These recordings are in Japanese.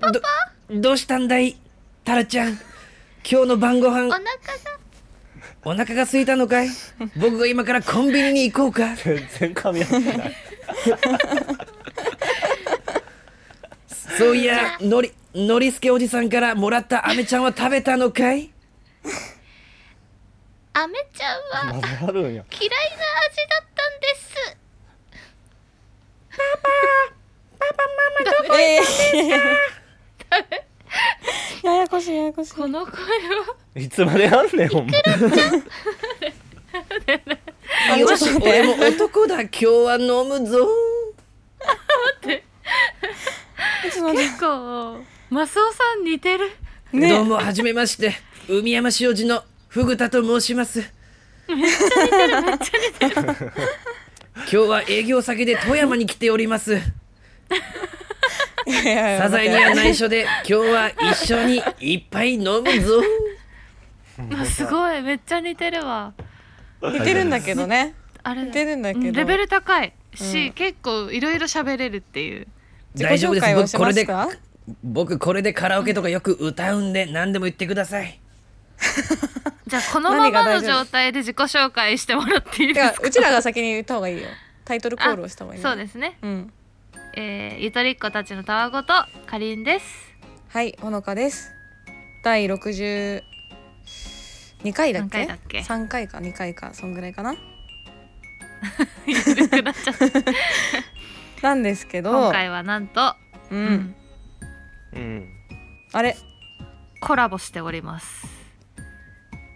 ど、どうしたんだいタラちゃん。今日の晩ごお飯腹がお腹が空いたのかい僕が今からコンビニに行こうか。全然噛み合ってない そういや、のり、のりすけおじさんからもらったアメちゃんは食べたのかいアメちゃんはまだあるんや嫌いな味だったんですええややこしいややこしいこの声はいつまであんねんほんまあよちしょっと、待って俺も男だ。今日は飲むぞ。ちょっと待っ結構マスオさん似てるてねどうも、はじめまして。海山塩路のフグタと申します。今日は営業先で富山に来ております。いやいやいやサザエには内緒で、今日は一緒にいっぱい飲むぞ。あすごいめっちゃ似てるわ似てるんだけ どねあれ似てるんだけうどんレベル高いし、結構いろいろ喋れるっていう自己紹介をし僕こまれしでた僕これでカラオケとかよく歌うんで何でも言ってくださいじゃあこのま何がまの大丈夫状態で自己紹介してもらっていいてですかかうちらが先に言った方がいいよタイトルコールをした方がいいそうですすね、うんえー、ゆとりっ子たちのたわごとかりん です はいほのかです第62回だっ何け回だっけ3回か2回かそんぐらいかな緩くなっちゃったなんですけど今回はなんと、う、うんうんあれコラボしております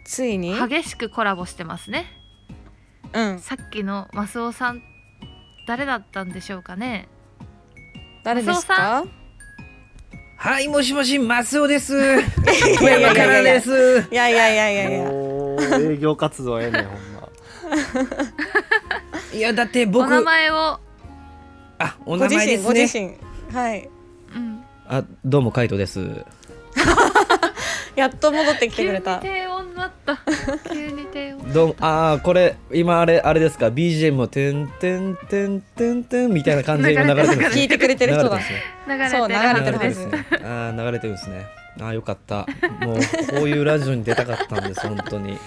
ついに激しくコラボしてますねうんさっきのマスオさん誰だったんでしょうかね誰ですマかはいもしもしマスオです富山からですいやいやいやいやいやもう営業活動ええねんほんまいやだってお僕名前を、あおご名自前で身すごね自身はいうん、あどうもカイトですやっと戻ってきて急くにれた低音になった 急に低音どうもあーこれ今あれあれですか BGM をてんてんてんてんてんみたいな感じで今流れてるんです聞ねいてくれてる人だ流れてるそう流流れれててるるんんでですすねあー流れてるんですねあーよかったもうこういうラジオに出たかったんです本当に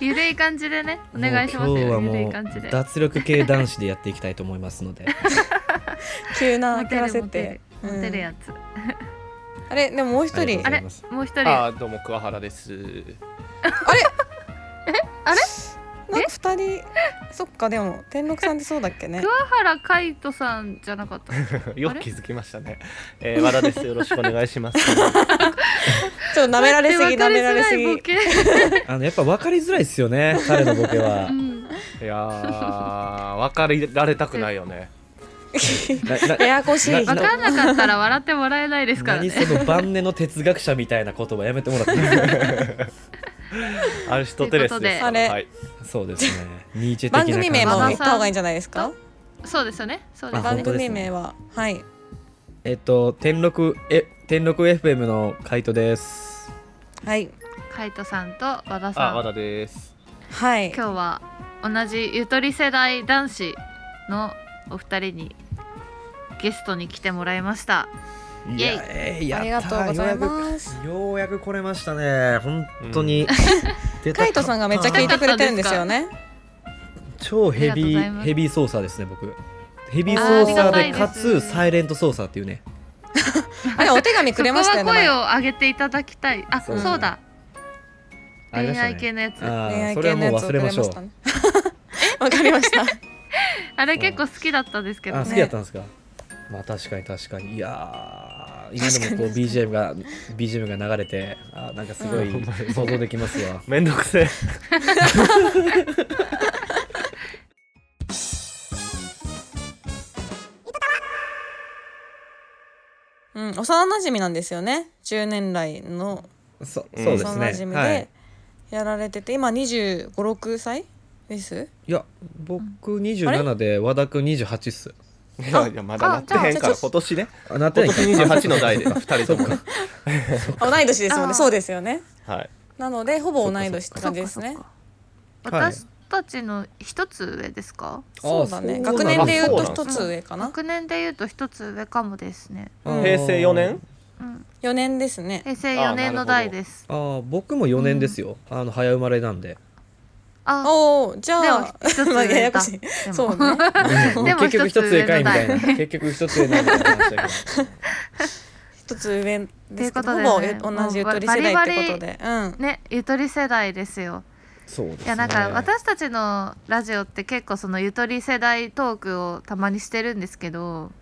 ゆるい感じでねお願いしますもう今よ日はゆるいも感じでう脱力系男子でやっていきたいと思いますので急なモキャテラる設モテ定るモテるやつ、うんあれでももう一ありが人とうあございれますもう一人あーどうも桑原です。 なんか二人そっかでも天禄さんってそうだっけね桑原海斗さんじゃなか ったっけよく気づきましたね、えー、和田ですよろしくお願いしますちょっと舐められすぎ舐められすぎ分かりづらいボケあのやっぱ分かりづらいですよね彼のボケはうんいやー分かりられたくないよね。ななややこしい人分かんなかったら笑ってもらえないですから何ねその晩年の哲学者みたいな言葉やめてもらっていいですかアルシトテレスといですうことであれはい、そうですねニーチェ的な番感じ組名も和言田っさんた方がいいんじゃないですかそうですよねそうですあ本番当ですね組名ははいえっと天禄え天禄 FM のカイトですはい海斗さんと和田さあん和田です。はい今日は同じゆとり世代男子のお二人にゲストに来てもらいましたイエイえーやありっがとたうござよいうやますくようやく来れましたね本当に、出たかカっイトさんがめっちゃ聞いてくれてるんですよね超ヘありビがとうございまーすヘビー操作ですね僕ヘビー操あーあ作りでがたかいでつすサイレント操作っていうねあれお手紙くそこれましたはよね声を上げていただきたいあそそうう,、ですねだありま恋したね愛系のやつああ恋ー愛それ系はものうやつ忘れましょう送れましたね わかりましたれ結構好きだったんですけどあね好きだったんですか、まあ確かに確かにいやー今でもこう BGM が BGM が流れてあーなんかすごいうん想像できます わめんどくせえうん幼馴染なんですよね10年来のそんそうで幼馴す染ね、はいでやられてて今2 5 6歳ですいや僕27で和田君28っす いやいやまだなってへんかあじゃあら今年ねあなって今ない年28の 代で2人ともね。あ同い年ですもんあーねそうですよねはいなのでほぼ同い年って感じですそっねかそっかはい私たちの一つ上ですかそうだね。あ学年で言うとあそう一なんつ上かな。学年で言うと一つ上かもですね、うん平成4年うん、四年ですね。平成4年の代ですあー僕も4年ですよ、あの早生まれなんであおお、じゃでもあ、一つまあ上やだやこしい。でそもうね。 でも結局一つ上かいみたいな一つ上の代 結局一つ上なんだみたいな話 だ一つ上ですとけど、いうことほぼでね同じゆとり世代ってことで。うん。ねゆとり世代ですよけどそうですねいやなんか私たちのラジオって結構そのゆとり世代トークをたまにしてるんですけど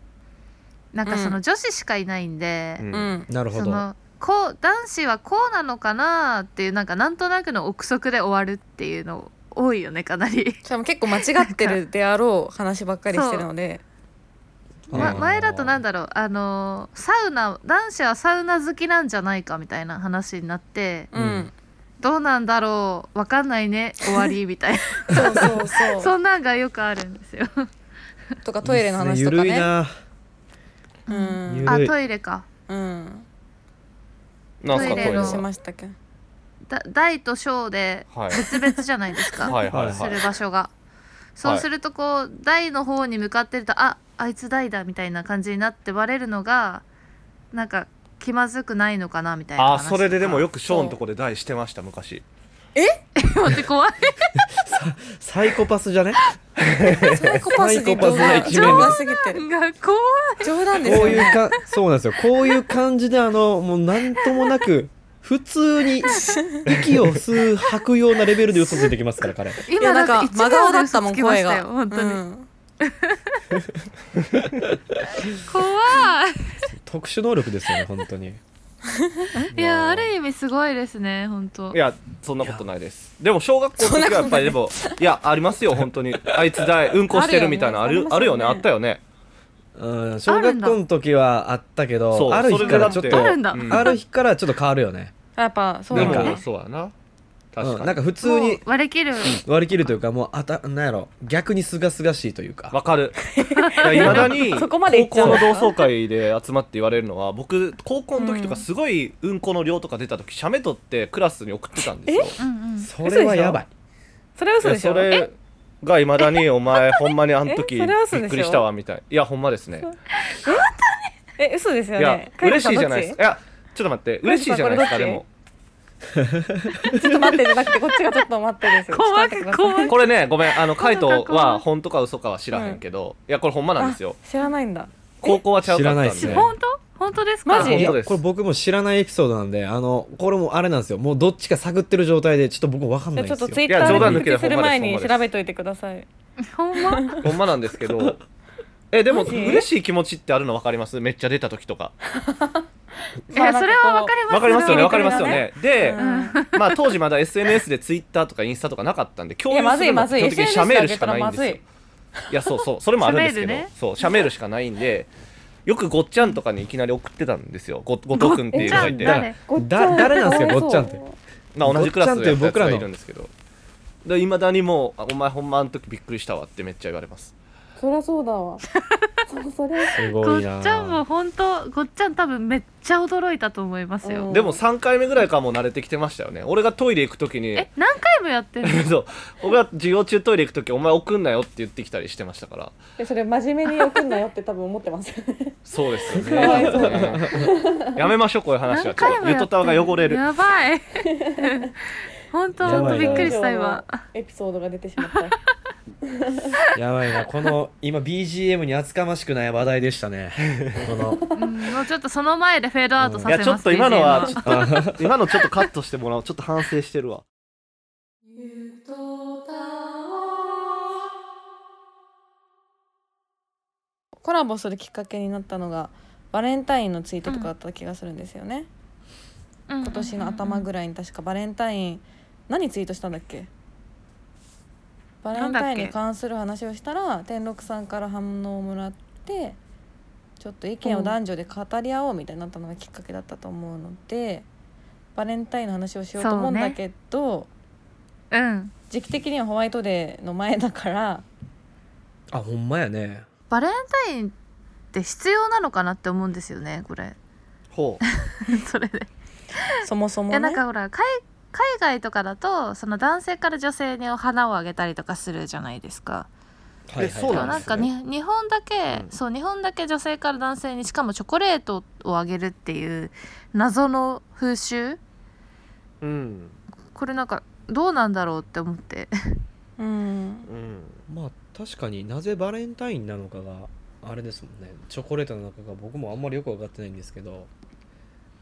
なんかそうの女子しかいないんで、うんうん。なるほそどのこう男子はこうなのかなっていうなんかなんとなくの憶測で終わるっていうの多いよねかなり、しかも結構間違ってるであろう話ばっかりしてるので。ま、あー前だとなんだろうあのーサウナ男子はサウナ好きなんじゃないかみたいな話になってううんん。どうなんだろうわかんないね終わりみたい そうそうな そそんなんがよくあるんですよう。とかトイレの話とかいいっすねゆるいね。なうゆん。あるいトイレかうん。なんすかトイレのトしイレはましたっけ。だ大と小ではい別々じゃないですか、はいはいすはるい場所がそうするとこう台の方に向かってるとああいつ台だみたいな感じになってバレるのがなんか気まずくないのかなみたいなあー話とかそれでで もよくショーのとこで題してました昔待って怖いサイコパスじゃ ねサイコパスでサイコパスの一面で冗談す冗談すぎてる。が怖い冗談ですこうよいね。うか、そうなんですよ。こういう感じで、あの、もうなんともなく、普通に息を吸う、吐くようなレベルで嘘ついてきますから、彼。いや今なんだっかて一真顔秒でだった嘘もつんきま声したがよ本当に、うん怖い特殊能力ですよね、本当に。いやある意味すごいですね本当いやそんなことないですでも小学校の時はやっぱりでもいやありますよ本当にあいつ大うんこしてるみたいなああるよるねあるよねあありっますたよねうん、小学校の時はあったけそうど、ある日からちょっそれでだっあてると、んだ、うんある日からちょっと変わるよね。やっぱそうでだなんねも。そうやな確うん、かなんにか普通もうに割り切る割り切るというか、もう、あた、なんやろ、逆にすがすがしいというか。わか るいや未だにそこまで言っちゃ高う校のの同窓会で集まって言われるのは僕高校の時とかすごいうんこの量とか出た時写メ撮ってクラスに送ってたんですようんうんそれはやばい。それはいやそれがいまだにお前ほんまにあの時えびそれは嘘でしょっくりしたわみたいないやほんまですねえ嘘ですよいやね。カイト嬉さしんいじゃないですかいやちょっと待って嬉しいじゃないですかこれでどっちもどっちちょっと待ってじゃなくてこっちがちょっと待っ てです。怖いちょっと待ってくださ怖いこれねごめんあのカイトこの格好は本当か嘘かは知らへんけどいやこれほんまなんですよあ知らないんだ。高校はちゃうかったん知でらないっすね本当本当ですかマジい本や当ですこれ僕も知らないエピソードなんであのこれもあれなんですよもうどっちか探ってる状態でちょっと僕わかんないんちでょっすよとツイッいタや冗ー談で抜き告で知する前にほんまです調べといてください。ほんまほんまなんですけどえでもマジ嬉しい気持ちってあるの分かりますめっちゃ出た時とかいやそれはわかります分かりますよねわ分かりますよねで、うんまあ当時まだ SNS で Twitter とかインスタとかなかったんで共い有やますずるのは基本いまずい。的に SNS シャメールでし上げかたらないんまでずすいよ。いやそうそうそれもあるんですけど、シャメールねそうシャメールしかないんでよくごっちゃんとかにいきなり送ってたんですよごごとくんっていうのがいてごっちゃだん誰誰なんですかごっちゃんってまあ同じクラごっちゃんスでやったやつっていう僕らがのいるんですけどいまだにもうあ「お前ほんまあの時びっくりしたわ」ってめっちゃ言われますそりゃそうだ わ。そそれすごごっいちなゃんも本当ごっちゃん多分めっちゃ驚いたと思いますうよんでも3回目ぐらいからもう慣れてきてましたよね俺がトイレ行く時にえ何回もやってんの そう僕が授業中トイレ行く時「お前送んなよ」って言ってきたりしてましたからそれ真面目に送んなよって多分思っ てます。そうですよねかわいそうだ やめましょうこういう 話は何ちょっ回ともゆやとってたんわのが汚れるやば い本当や本ば当いなびっくりした今。 エピソードが出てしまった。やばいなこの今 BGM に厚かましくない話題でした ねこのうんもうちょっとその前でフェードアウトさいせやますちょっと今のは BGM ちょっと今のちょっとカットしてもらおうちょっと反省してるわコラボするきっかけになったのがバレンタインのツイートとかだった気がするんですよね、うん今年の頭ぐらいに確かバレンタイン何ツイートしたんだっけバレンタインに関する話をしたら天禄さんから反応をもらってちょっと意見を男女で語り合おうみたいになったのがきっかけだったと思うのでバレンタインの話をしようと思うんだけど、うん時期的にはホワイトデーの前だ からあほんまやねバレンタインって必要なのかなって思うんですよねこれ ほうそれでそもそもいねやなんかほら海海外とかだとその男性から女性にお花をあげたりとかするじゃないですか。はいはいそうでなもなんんですかねに日本だけ、うんそう日本だけ女性から男性にしかもチョコレートをあげるっていう謎の風習うんこれなんかどうなんだろうって思ってうんうんまあ確かになぜバレンタインなのかがあれですもんねチョコレートなのかが僕もあんまりよく分かってないんですけど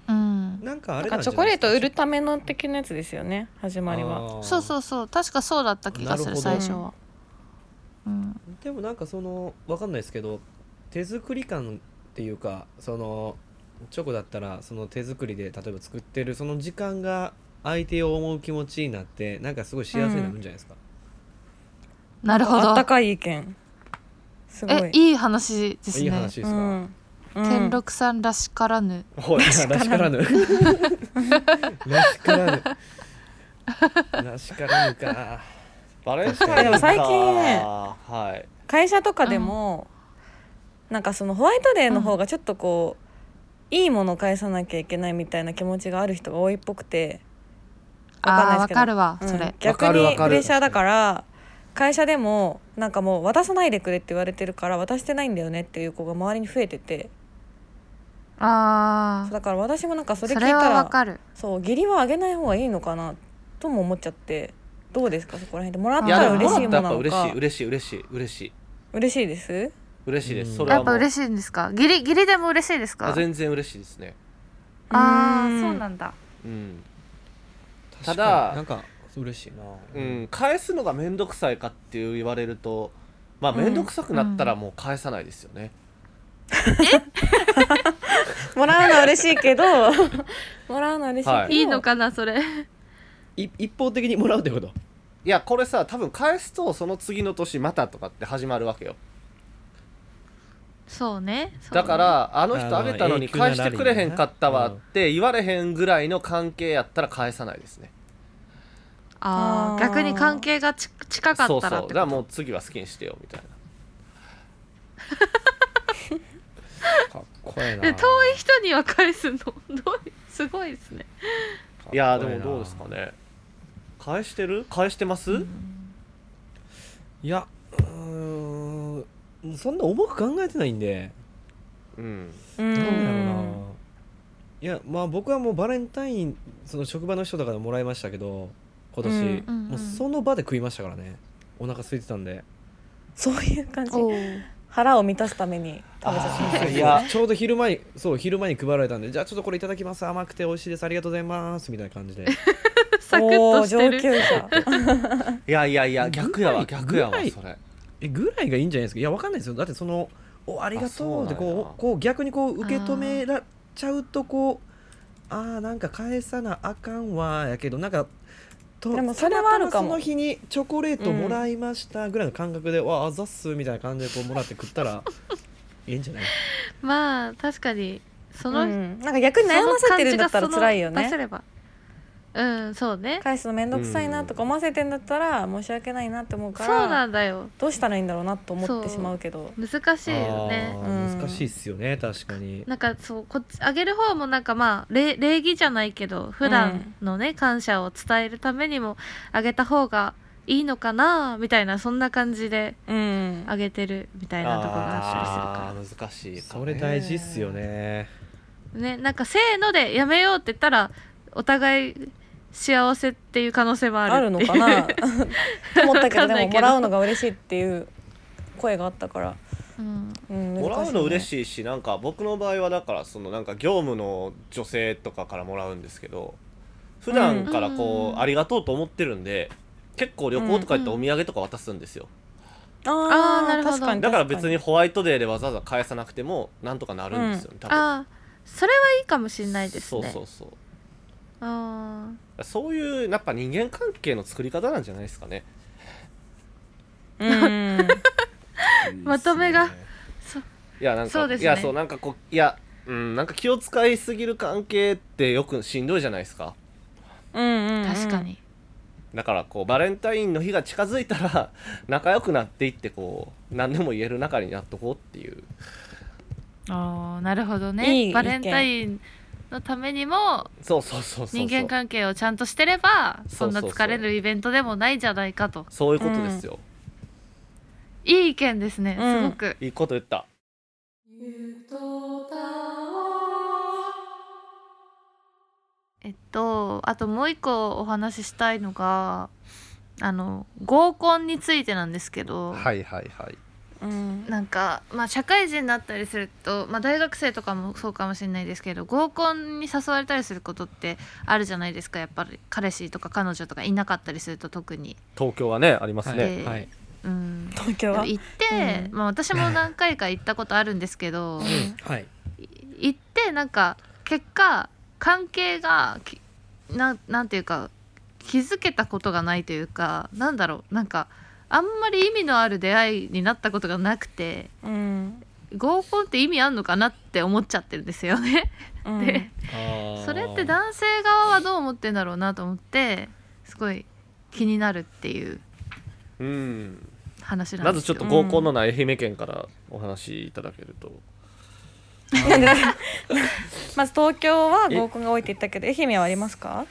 うんなんかあなれんなかんチじゃョコないレですかート売るための的なやつですよね始まりはあー そうそうそう確かそうだった気がすなるるほど最初は、うん、でもなんかそのわかんないですけど手作り感っていうかそのチョコだったらその手作りで例えば作ってるその時間が相手を思う気持ちになってなんかすごい幸せになるんじゃないですか、なるほあったどかい意見すごいえいい話ですいねい話ですうか、んうん天禄さんらしからぬ おいらしからぬらし からぬらしからぬかバレンタインでも最近はい会社とかでも、なんかそのホワイトデーの方がちょっとこう、いいものを返さなきゃいけないみたいな気持ちがある人が多いっぽくてわあかあんーないわですけどかるわ、うんそれ逆わかるわにかるプレッシャーだから会社でもなんかもう渡さないでくれって言われてるから渡してないんだよねっていう子が周りに増えててあだから私もなんかそあれそ聞いれたはわらかるそう義理はあげない方がいいのかなとも思っちゃってどうですかそこら辺でもらっいたやでもら嬉しいももらったらのなやのっぱか嬉しい嬉しい嬉しい嬉しいです嬉しいでうすんそれやはっぱもう嬉しいんですかギリギリでも嬉しいですあか全然嬉しいですねああうんそうなんだうんた確かにだなんか嬉しいなうん、返すのが面倒くさいかって言われるとまあ面倒くさくなったらもう返さないですよね、もらうのは嬉しいけど もらうのは嬉しいけど、はいいいのかなそれい一方的にもらうって こといやこれさ多分返すとその次の年またとかって始まるわけよそうねそうねだからあの人ああのげたのに永久な返してくれへんかったわラリーっねて言われへんぐらいの関係やったら返さないですねああーー逆に関係がち近かそうっそたうだらってことからもう次は好きにしてよみたいかっこええなえ遠い人には返すのどういすごいですねないやでもどうですかね返してる返してます、いやうーんそんな重く考えてないんでうんうんなんだろうないやまあ僕はもうバレンタインその職場の人とかでもらいましたけど今年、うんうんうんもうその場で食いましたからねお腹空いてたんでそういう感じー腹を満たすために食べちゃったんですよいやちょうど昼前にそう昼前に配られたんでじゃあちょっとこれいただきます甘くて美味しいですありがとうございますみたいな感じでサクッとしておーる上級者 いやいやいや逆やわぐらい逆やわぐらいそれえぐらいがいいんじゃないですかいやわかんないですよだってそのおありがあそうとなうんっやてこうこう逆にこう受け止めらちゃうとこうああなんか返さなあかんわやけどなんかとでもそれはあるかたまもたまその日にチョコレートもらいましたぐらいの感覚で、わあざっすみたいな感じでこうもらって食ったらいいんじゃないまあ確かにその、うん、なんか逆に悩ませてるんだったら辛いそよの感じがその出せねればうんそうね返すの面倒くさいなとか思わせてんだったら申し訳ないなって思うかそうらなんだよどうしたらいいんだろうなと思ってそうしまうけど難しいよねあーうん難しいっすよね確かになんかそうこっちあげる方もなんかまあ礼礼儀じゃないけど普段のね、感謝を伝えるためにもあげた方がいいのかなみたいなそんな感じでうんあげてるみたいなとこがあったりするからあー難しいかそれ大事っすよねねなんかせーのでやめようって言ったらお互い幸せっていう可能性もあるあるのかな と思ったけわかどんでないけどももらうのが嬉しいっていう声があったから、 うん、うんもらうの嬉いしいしなんか僕の場合はだからそのなんか業務の女性とかからもらうんですけど普段からこううんありがとうと思ってるんで結構旅行とか行ってうんお土産とか渡すんですよあーあーなるほど確かにだから別にホワイトデーでわざわざ返さなくてもなんとかなるんですよね多分ああそれはいいかもしれないですねそうそうそうあそういうやっぱ人間関係の作り方なんじゃないですかねうんまとめがそいやなんかそうですねいやそうなんかこういやうんなんか気を使いすぎる関係ってよくしんどいじゃないですかうんうんうー ん確かに、だからこうバレンタインの日が近づいたら 仲良くなっていってこう何でも言える仲になっとこうっていうああなるほどいいね意見バレンタインのためにもそうそうそうそうそう人間関係をちゃんとしてればそそうそうんそなう疲れるイベントでもないじゃないかとそういうことですよ、いい意見ですね、うんすごくいいこと言ったえっとあともう一個お話ししたいのがあの合コンについてなんですけど、はいはいはいうんなんか、まあ、社会人になったりすると、まあ、大学生とかもそうかもしれないですけど合コンに誘われたりすることってあるじゃないですかやっぱり彼氏とか彼女とかいなかったりすると特に。東京はねありますはい、ね、ねはい、うん、東で京もは行って、うまあ、私も何回か行ったことあるんです けどはい、い行ってなんか結果関係がきなんなんていうか気づけたことがないというかなんだろうなんかあんまり意味のある出会いになったことがなくて。うん合コンって意味あんのかなって思っちゃってるんですよね。うんで、あー それって男性側はどう思ってんだろうなと思ってすごい気になるっていううん話なまんでずすちょよ。っと合コンのない愛媛県からお話しいただけると、まず東京は合コンが多いって言ったけど愛媛はありますか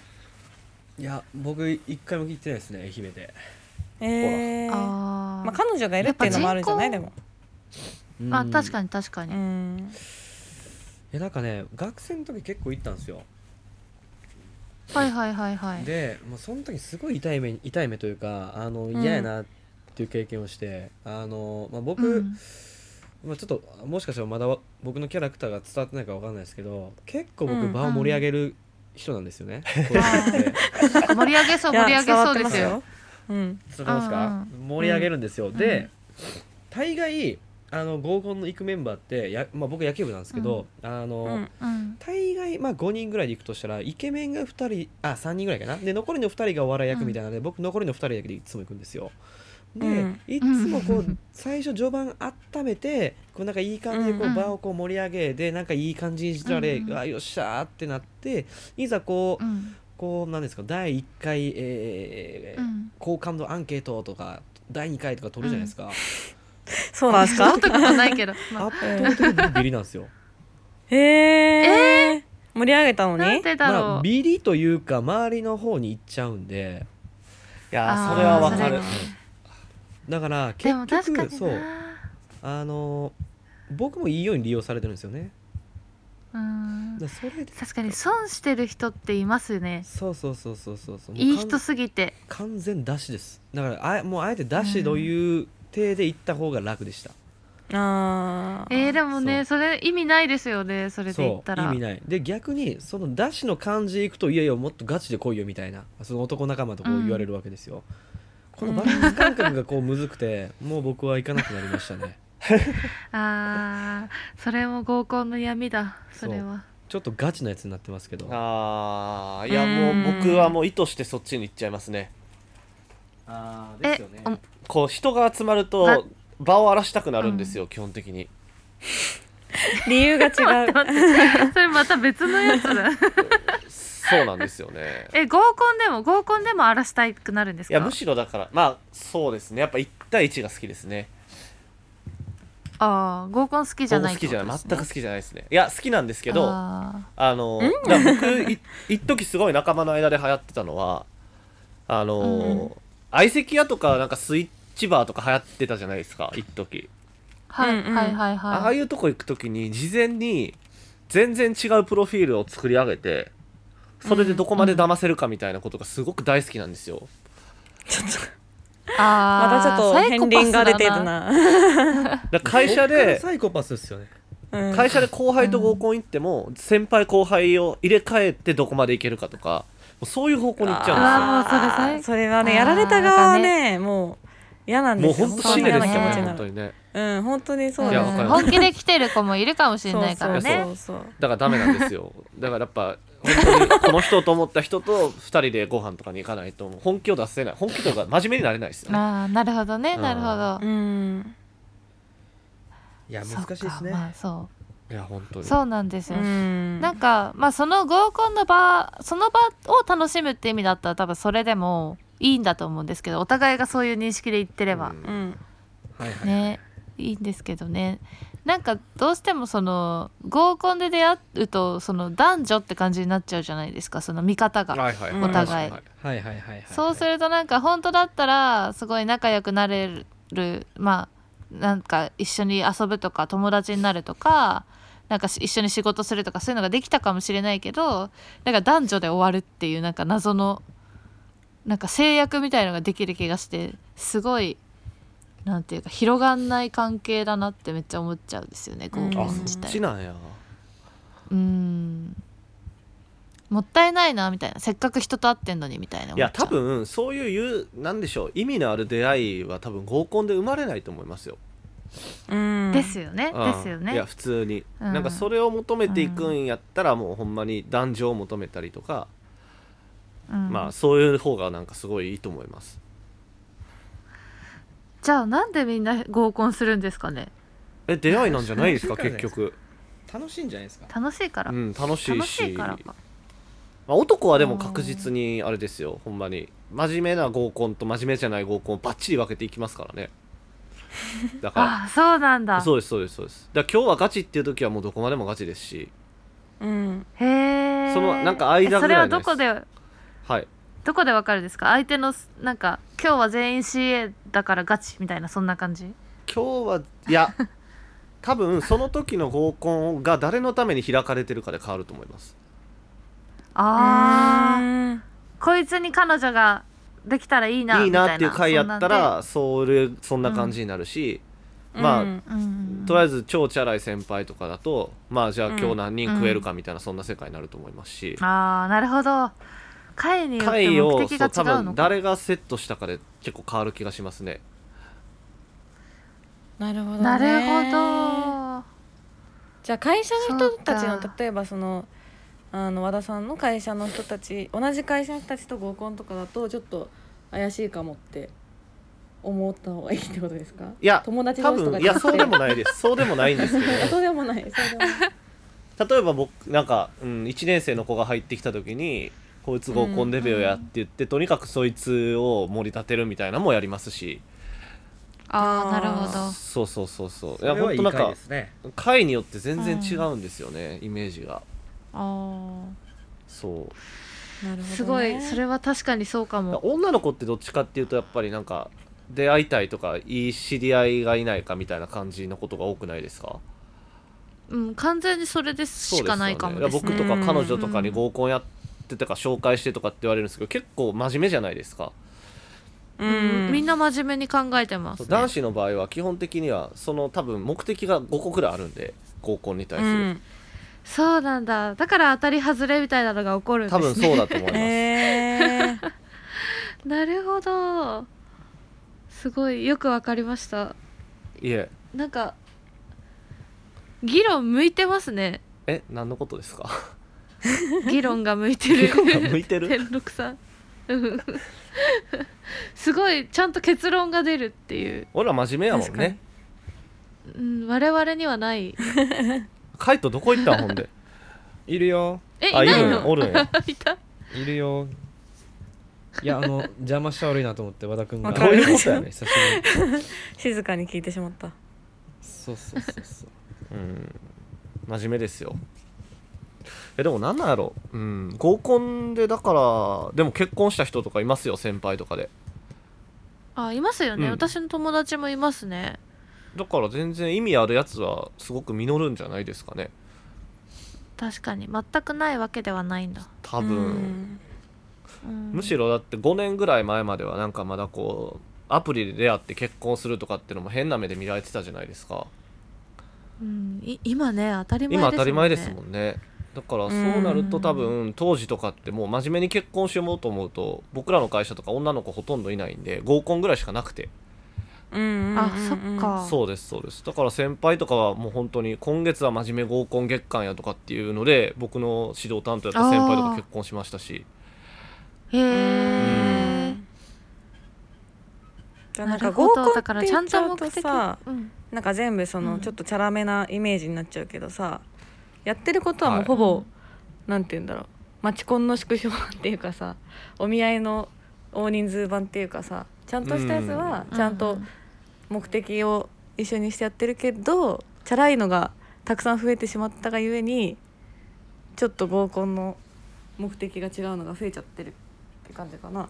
いや僕一回も聞いてないですね愛媛で、えー、まあー、あ彼女がいるっていうのもあるんじゃないやでっもあ確かにに確かうに。んえなんかね学生の時結構行ったんですよはいはいはいはい。でもうその時すごい痛い目に痛い目というかあの嫌やなっていう経験をして、あの、まあ、僕、うんまあ、ちょっともしかしたらまだわ僕のキャラクターが伝わってないかわかんないですけど結構う僕ん場を盛り上げる人なん ですよね、こういうのってなんか盛り上げそういや盛り上げそうです伝わよ。ってますようん伝わりますか、盛り上げるんですよ、で大概あの合コンの行くメンバーってや、まあ、僕野球部なんですけど、あの、うんうん大概、まあ、5人ぐらいで行くとしたらイケメンが2人あ3人ぐらいかなで残りの2人がお笑い役みたいなので、僕残りの2人だけでいつも行くんですよで、うんいつもこううん最初序盤温めてこうなんかいい感じでこうんう場をこう盛り上げでなんかいい感じにしたられ、うんうわよっしゃーってなっていざこう,、うんこうなんですか第1回、えーうん。好感度アンケートとか第2回とか取るじゃないですか、そうなんですそかうとことな いけど、まあ圧倒的にビリなんですよへえ盛り上げたのなんにで だまろあう。ビリというか周りの方に行っちゃうんでいやあーーそれはわかそれるはだから結でも局確かになそうあの僕もいいように利用されてるんですよね。うんだからそれで確かに損してる人っていますね。そうそうそうそうそうそうもういい完人すぎて。完全出しですだからあもうあえて出しという体で行った方が楽でした、あーえー、でもねそれ意味ないですよねそれで言っそたうら意味ないで逆にその出しの感じで行くといやいやもっとガチで来いよみたいなその男仲間とこう言われるわけですよ、このバランス感覚がこうむずくてもう僕は行かなくなりましたねあーそれも合コンの闇だそそうれはちょっとガチなやつになってますけどあーいやもう僕はもう意図してそっちに行っちゃいますねあーですよねえおこう人が集まるなと場を荒らしたくなるんですよ、基本的に理由が 違待うって それまた別のやつだそうなんですよ ねえ合コンでも合コンでも荒らしたいくなるんですいやかむしろだからまあそうですねやっぱ1対1が好きですねああ合コン好きじゃ僕ない好きじゃない、ってこと全でくすね好きじゃないですねいや好きなんですけどああのだから僕い 一時すごい仲間の間で流行ってたのはあの、相席屋とかなんかスイッチバーとか流行ってたじゃないですか一時ーはい、うんうんはいはいはいああいうとこ行くときに事前に全然違うプロフィールを作り上げてそれでどこまで騙せるかみたいなことがすごく大好きなんですよ。ちょっとあ またちょっとーサイ片コパス鱗がだ出てるな。だから会社でサイコパスですよねうん会社で後輩と合コン行っても先輩後輩を入れ替えてどこまで行けるかとかもうそういう方向に行っちゃあーもうそれ最それはねやられた側はねもう嫌なうんんでですすよ。よ。もう本当ほ死んとねですよそう嫌な気持ちねに本なる当にね。うん本当にそううんいやだわかる本気で来てる子もいるかもしれそうないからねそうそうだからダメなんですよ。だからやっぱ本当にこの人と思った人と2人でご飯とかに行かないともう本気を出せない本気とか真面目になれないですよね。ああなるほどねなるほうどんいやそ難っかしいですね、まあそいや本当うに。そうなんですうよねんなんか、まあ、その合コンの場その場を楽しむって意味だったら多分それでもいいんだと思うんですけどお互いがそういう認識で言ってればう、んうんはいはいねいいんですけどねなんかどうしてもその合コンで出会うとその男女って感じになっちゃうじゃないですかその見方が。はいはいはいお互いはははいはいはいはいそうするとなんか本当だったらすごい仲良くなれるまあなんか一緒に遊ぶとか友達になるとかなんかし一緒に仕事するとかそういうのができたかもしれないけどなんか男女で終わるっていうなんか謎のなんか制約みたいのができる気がしてすごいなんていうか広がんない関係だなってめっちゃ思っちゃうんですよね合コあンそ自っ体ちなんやうんもったいないなみたいなせっかく人と会ってんのにみたいな思っいちゃうや多分そういう言うなんでしょう意味のある出会いは多分合コンで生まれないと思いますよ。うんですよね、うんですよねいや普通に、うんなんかそれを求めていくんやったらもうほんまに男女を求めたりとか、うんまあそういう方がなんかすごいいいと思います。じゃあなんでみんな合コンするんですかねえ出会いなんじゃないですか楽しいからじゃ結ないですか局。楽しいんじゃないですか楽しいから、うん楽しい楽ししいからかまあ、男はでも確実にあれですよほんまに真面目な合コンと真面目じゃない合コンをバッチリ分けていきますからね。だからああそうなんだそうですそうですそうですだから今日はガチっていう時はもうどこまでもガチですしうんへえそのなんか間ぐらいのそれはどこではいどこでわかるんですか相手のなんか今日は全員 CA だからガチみたいなそんな感じ今日はい や多分その時の合コンが誰のために開かれてるかで変わると思いますああ、うんこいつに彼女ができたらいいないいみたいないなっていう回やったらそれそんな感じになるし、まあうんそんなんでうんとりあええず超チャラい先輩とかだとまあじゃあ今日何人食えるかみたいなそんな世界になると思いますし、ああなるほど会によって回目を的そう多が違う分のか誰がセットしたかで結構変わる気がしますねなるほどねなるほどじゃあ会社の人たちそうのか例えばそのあの和田さんの会社の人たち同じ会社の人たちと合コンとかだとちょっと怪しいかもって思った方がいいってことですかいや友達多同士と分かいじやゃなくてそうでもないですそうでもないんですけど あそうでもないそうでもない例えば僕なんか、うん、1年生の子が入ってきた時にこいつ合コンデビューやって言って、とにかくそいつを盛り立てるみたいなのもやりますしああなるほどそうそうそうそういそやれは本い当いなん回かですね回によって全然違うんですよね、イメージがああそう なるほどねすごいそれは確かにそうかも女の子ってどっちかっていうとやっぱりなんか出会いたいとかいい知り合いがいないかみたいな感じのことが多くないですかうん完全にそれでそうしかないかもでですすよねいねや僕とか彼女とかに合コンやってとか紹介してとかって言われるんですけど結構真面目じゃないですかううんみんなな真面目に考えてます、ね、男子の場合は基本的にはその多分目的が5個くらいあるんで合コンに対する、そうなんだだから当たり外れみたいなのが起こるんです多ね分そうだと思います、えー なるほどすごいよくわかりましたいえなんか議論向いてます ねえ何のことですか議論が向いてる 議論が向いてる 天禄さんうんすごいちゃんと結論が出るっていう、俺ら真面目やもんねうん、我々には ないカイトどこ行ったんほんでいるよえいあないるんいやおのるんやいたいるよいやあ の邪魔した悪いなと思って和田君がわかるどういうことやね久しぶりに静かに聞いてしまったそうそうそうそううん真面目ですよえでも何なんやろう、うん、合コンでだからでも結婚した人とかいますよ先輩とかであいますよね、うん私の友達もいますねだから全然意味あるやつはすごく実るんじゃないですかね確かに全くないわけではないんだ、多分、うんうんむしろだって5年ぐらい前まではなんかまだこうアプリで出会って結婚するとかってのも変な目で見られてたじゃないですかうん、い今ね当たり前ですもんね今当たり前ですもんねだからそうなると多分当時とかってもう真面目に結婚しようと思うと僕らの会社とか女の子ほとんどいないんで合コンぐらいしかなくてうんうんうんあそっかそうですそうですだから先輩とかはもう本当に今月は真面目合コン月間やとかっていうので僕の指導担当やった先輩とか結婚しましたしへえじゃあななんかる合ほコンどだっからてち言ゃっんちゃとう目と的さうんなんか全部その、うんちょっとチャラめなイメージになっちゃうけどさやってることはもはういほぼ、なんて言うんだろう町コンの縮小版っていうかさお見合いの大人数版っていうかさちゃんとしたやつはうちゃんと目的を一緒にしてやってるけど、チャラいのがたくさん増えてしまったがゆえにちょっと合コンの目的が違うのが増えちゃってるって感じかな。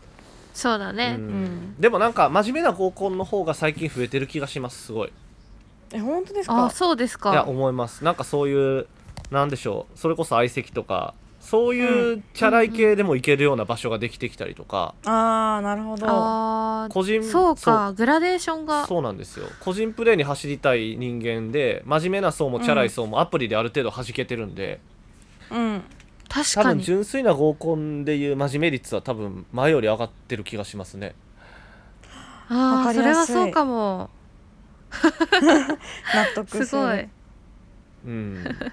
そうだね、ううんん、でもなんか真面目な合コンの方が最近増えてる気がしますすごいえ本当ですあかそうですいやか思いますなんかそういうなんでしょうそれこそ相席とかそういうチャラい系でも行けるような場所ができてきたりとか、あーなるほど。あー個人そうかグラデーションそうがそうなんですよ個人プレーに走りたい人間で真面目な層もチャラい層もアプリである程度弾けてるんで、うん確多か分に純粋な合コンでいう真面目率は多分前より上がってる気がしますねあわあかりそれやはすいそうかも納得すする。ごいうん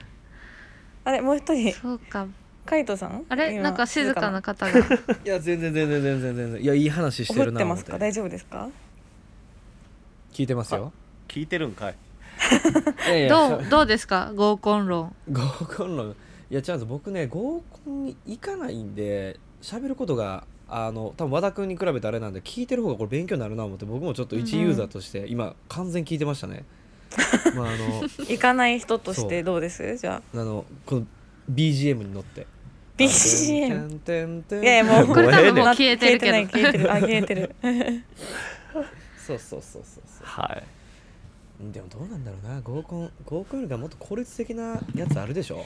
あれもう一人そうかカイトさん？あれ今なんか静かな方がいや全然全然全然全然いやいい話して怒るっなてま思っすてか？大丈夫ですか？聞いてますよ聞いてるんかいいやいやどうどうですか合コン論合コン論いや違うんです僕ね合コンに行かないんで喋ることがあの多分和田君に比べてあれなんで聞いてる方がこれ勉強になるな思って僕もちょっと一ユーザーとして今完全に聞いてました ね、まああの行かない人としそてうどうです？じゃああのこの BGM に乗って BGM。てんてんてんいやいやもうこれ多分もうな消えてるけど消えてない消えてるあ消えて る。そうそうそうそうそはいうでもどうなんだろうな合コン合コンよりかもっと効率的なやつあるでしょ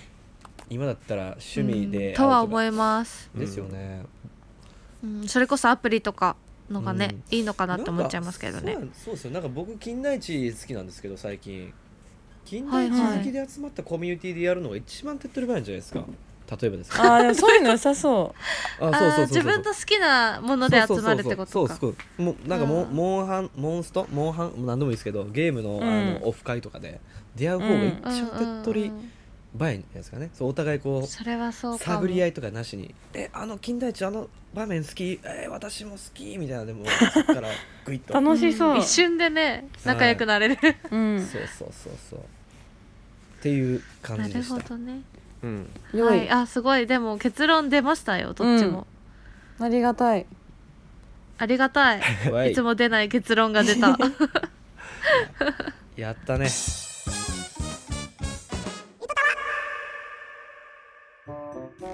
今だったら趣味で、うんとは思えいます、ですよね、うん、それこそアプリとかのがね、いいのかななって思っちゃいますけどねんかそうなんそうですよなんか僕金田一好きなんですけど最近金田一好きで集まったコミュニティでやるのが一番手っ取り早いんじゃないですか例えばですあかーでもそういうの良さそう。ああー自分の好きなもので集まるってことそうかそうそうそうもうなんかモンうんモンハンモンストモンハン何でもいいですけどゲームの,、あうんのオフ会とかで出会う方が一うんう番んう手んっ取り早いんじゃないですかね、そうお互いこうそれはそうかも探り合いとかなしに「えあの金田一あの場面好きえー私も好き」みたいなでもそっからグイッと楽しそう。ん一瞬でね仲良くなれる、 うん。そうそうそうそうっていう感なじでるしたほどねうんは良いい。あすごいでも結論出ましたよどっちも、うんありがたい。ありがたい わいいつも出ない結論が出たやったね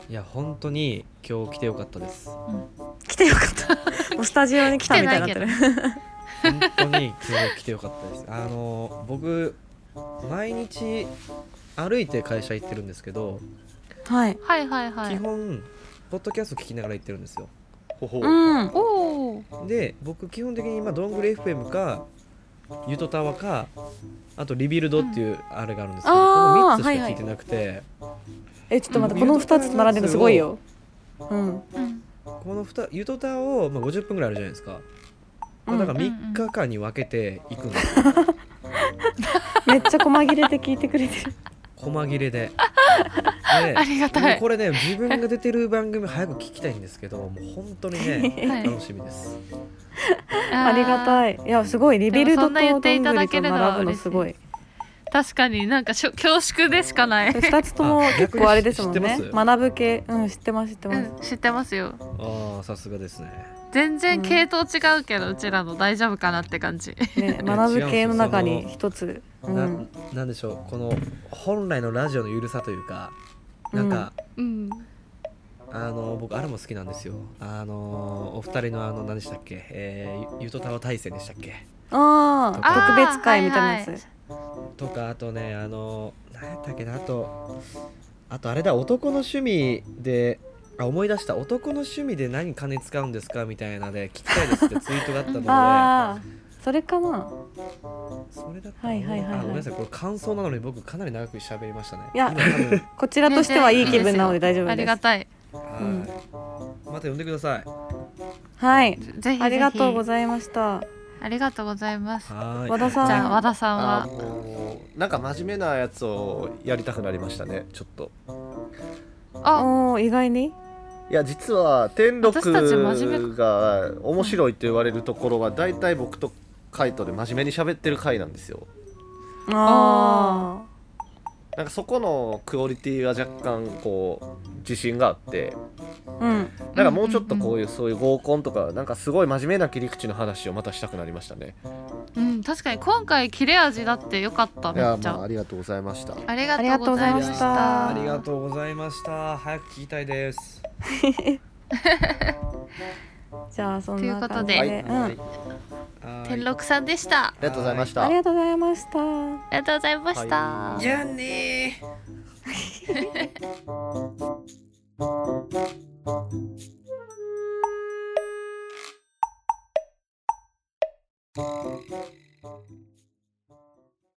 いや本当に今日来てよかったです本来てよかった。もうスタジオに来たみたいになってる。当に今日来てよかったです あの僕毎日歩いて会社行ってるんですけど、はい。はいはいはい基本ポッドキャスト聞きながら行ってるんですよほほうん。おおで僕基本的に今どんぐり FM かゆとたわかあとリビルドっていうあれがあるんですけど、あこのー3つしはいかは聞いいてなくて、えちょっと待ってこの二つ並んでるのすごいよ。うん。この2ゆとたわを、まあ、50分ぐらいあるじゃないですか、うんだからうんうん3日間に分けてい くんですよ、めっちゃ細切れで聞いてくれてる。細 切れでで ありがたいもうこれね自分が出てる番組早く聞きたいんですけどもう本当にねはい楽しみですありがたいい。いやすごいリビルでドもそんとなど言んっぐてりいとただけるのは並ぶ嬉しのいすごい。確かになんかしょ恐縮でしかない、え二つとも結構あれですもんあ逆ねに知って。ます学ぶ系うん知ってます知ってうます。ん、知ってますよああさすがですね全然うん系統違うけど、うちらの大丈夫かなって感じね、いや学ぶ系の中違うんにです一つ。うな,、ん、なんでしょうこの本来のラジオのゆるさというかなんか、 うんあの僕あれも好きなんですよあのお二人のあの何でしたっけ、えー、ゆゆとたわ大戦でしたっけああ、あー特別会みたいなやつ。とかあとねあの何やったっけなあとあとあれだ男の趣味であ思い出した男の趣味で何金使うんですかみたいなで聞きたいですってツイートがあった ああ、それかな。のでそれだったらはいはいはいはいあごめんなさいこれ感想なのに僕かなり長く喋りましたねいや今 多分こちらとしてはいい気分なので大丈夫ありでがす。たいはいまた呼んでくださいはい、ぜひありがとうございざいました。ありがとうございますじはーい和田さんゃあ和田さんあはもうなんか真面目なやつをやりたくなりましたねちょっとあおお、意外に。いや実は天私たち真面禄が面白いと言われるところは大体僕とカイトで真面目に喋ってる回なんですよあなんかそこのクオリティは若干こう自信があってうんなんかもうちょっとこういうそういう合コンとかなんかすごい真面目な切り口の話をまたしたくなりましたねうん確かに今回切れ味だってよかっためっちゃりがとうございましたありがとうございましあたありがとうございました早く聞きたいですじゃあそんというなこと感でじはい、で、うん、はいあありりはい天禄さんでしたあがとうございましたがとうございました。りがとうございました、はじゃあねー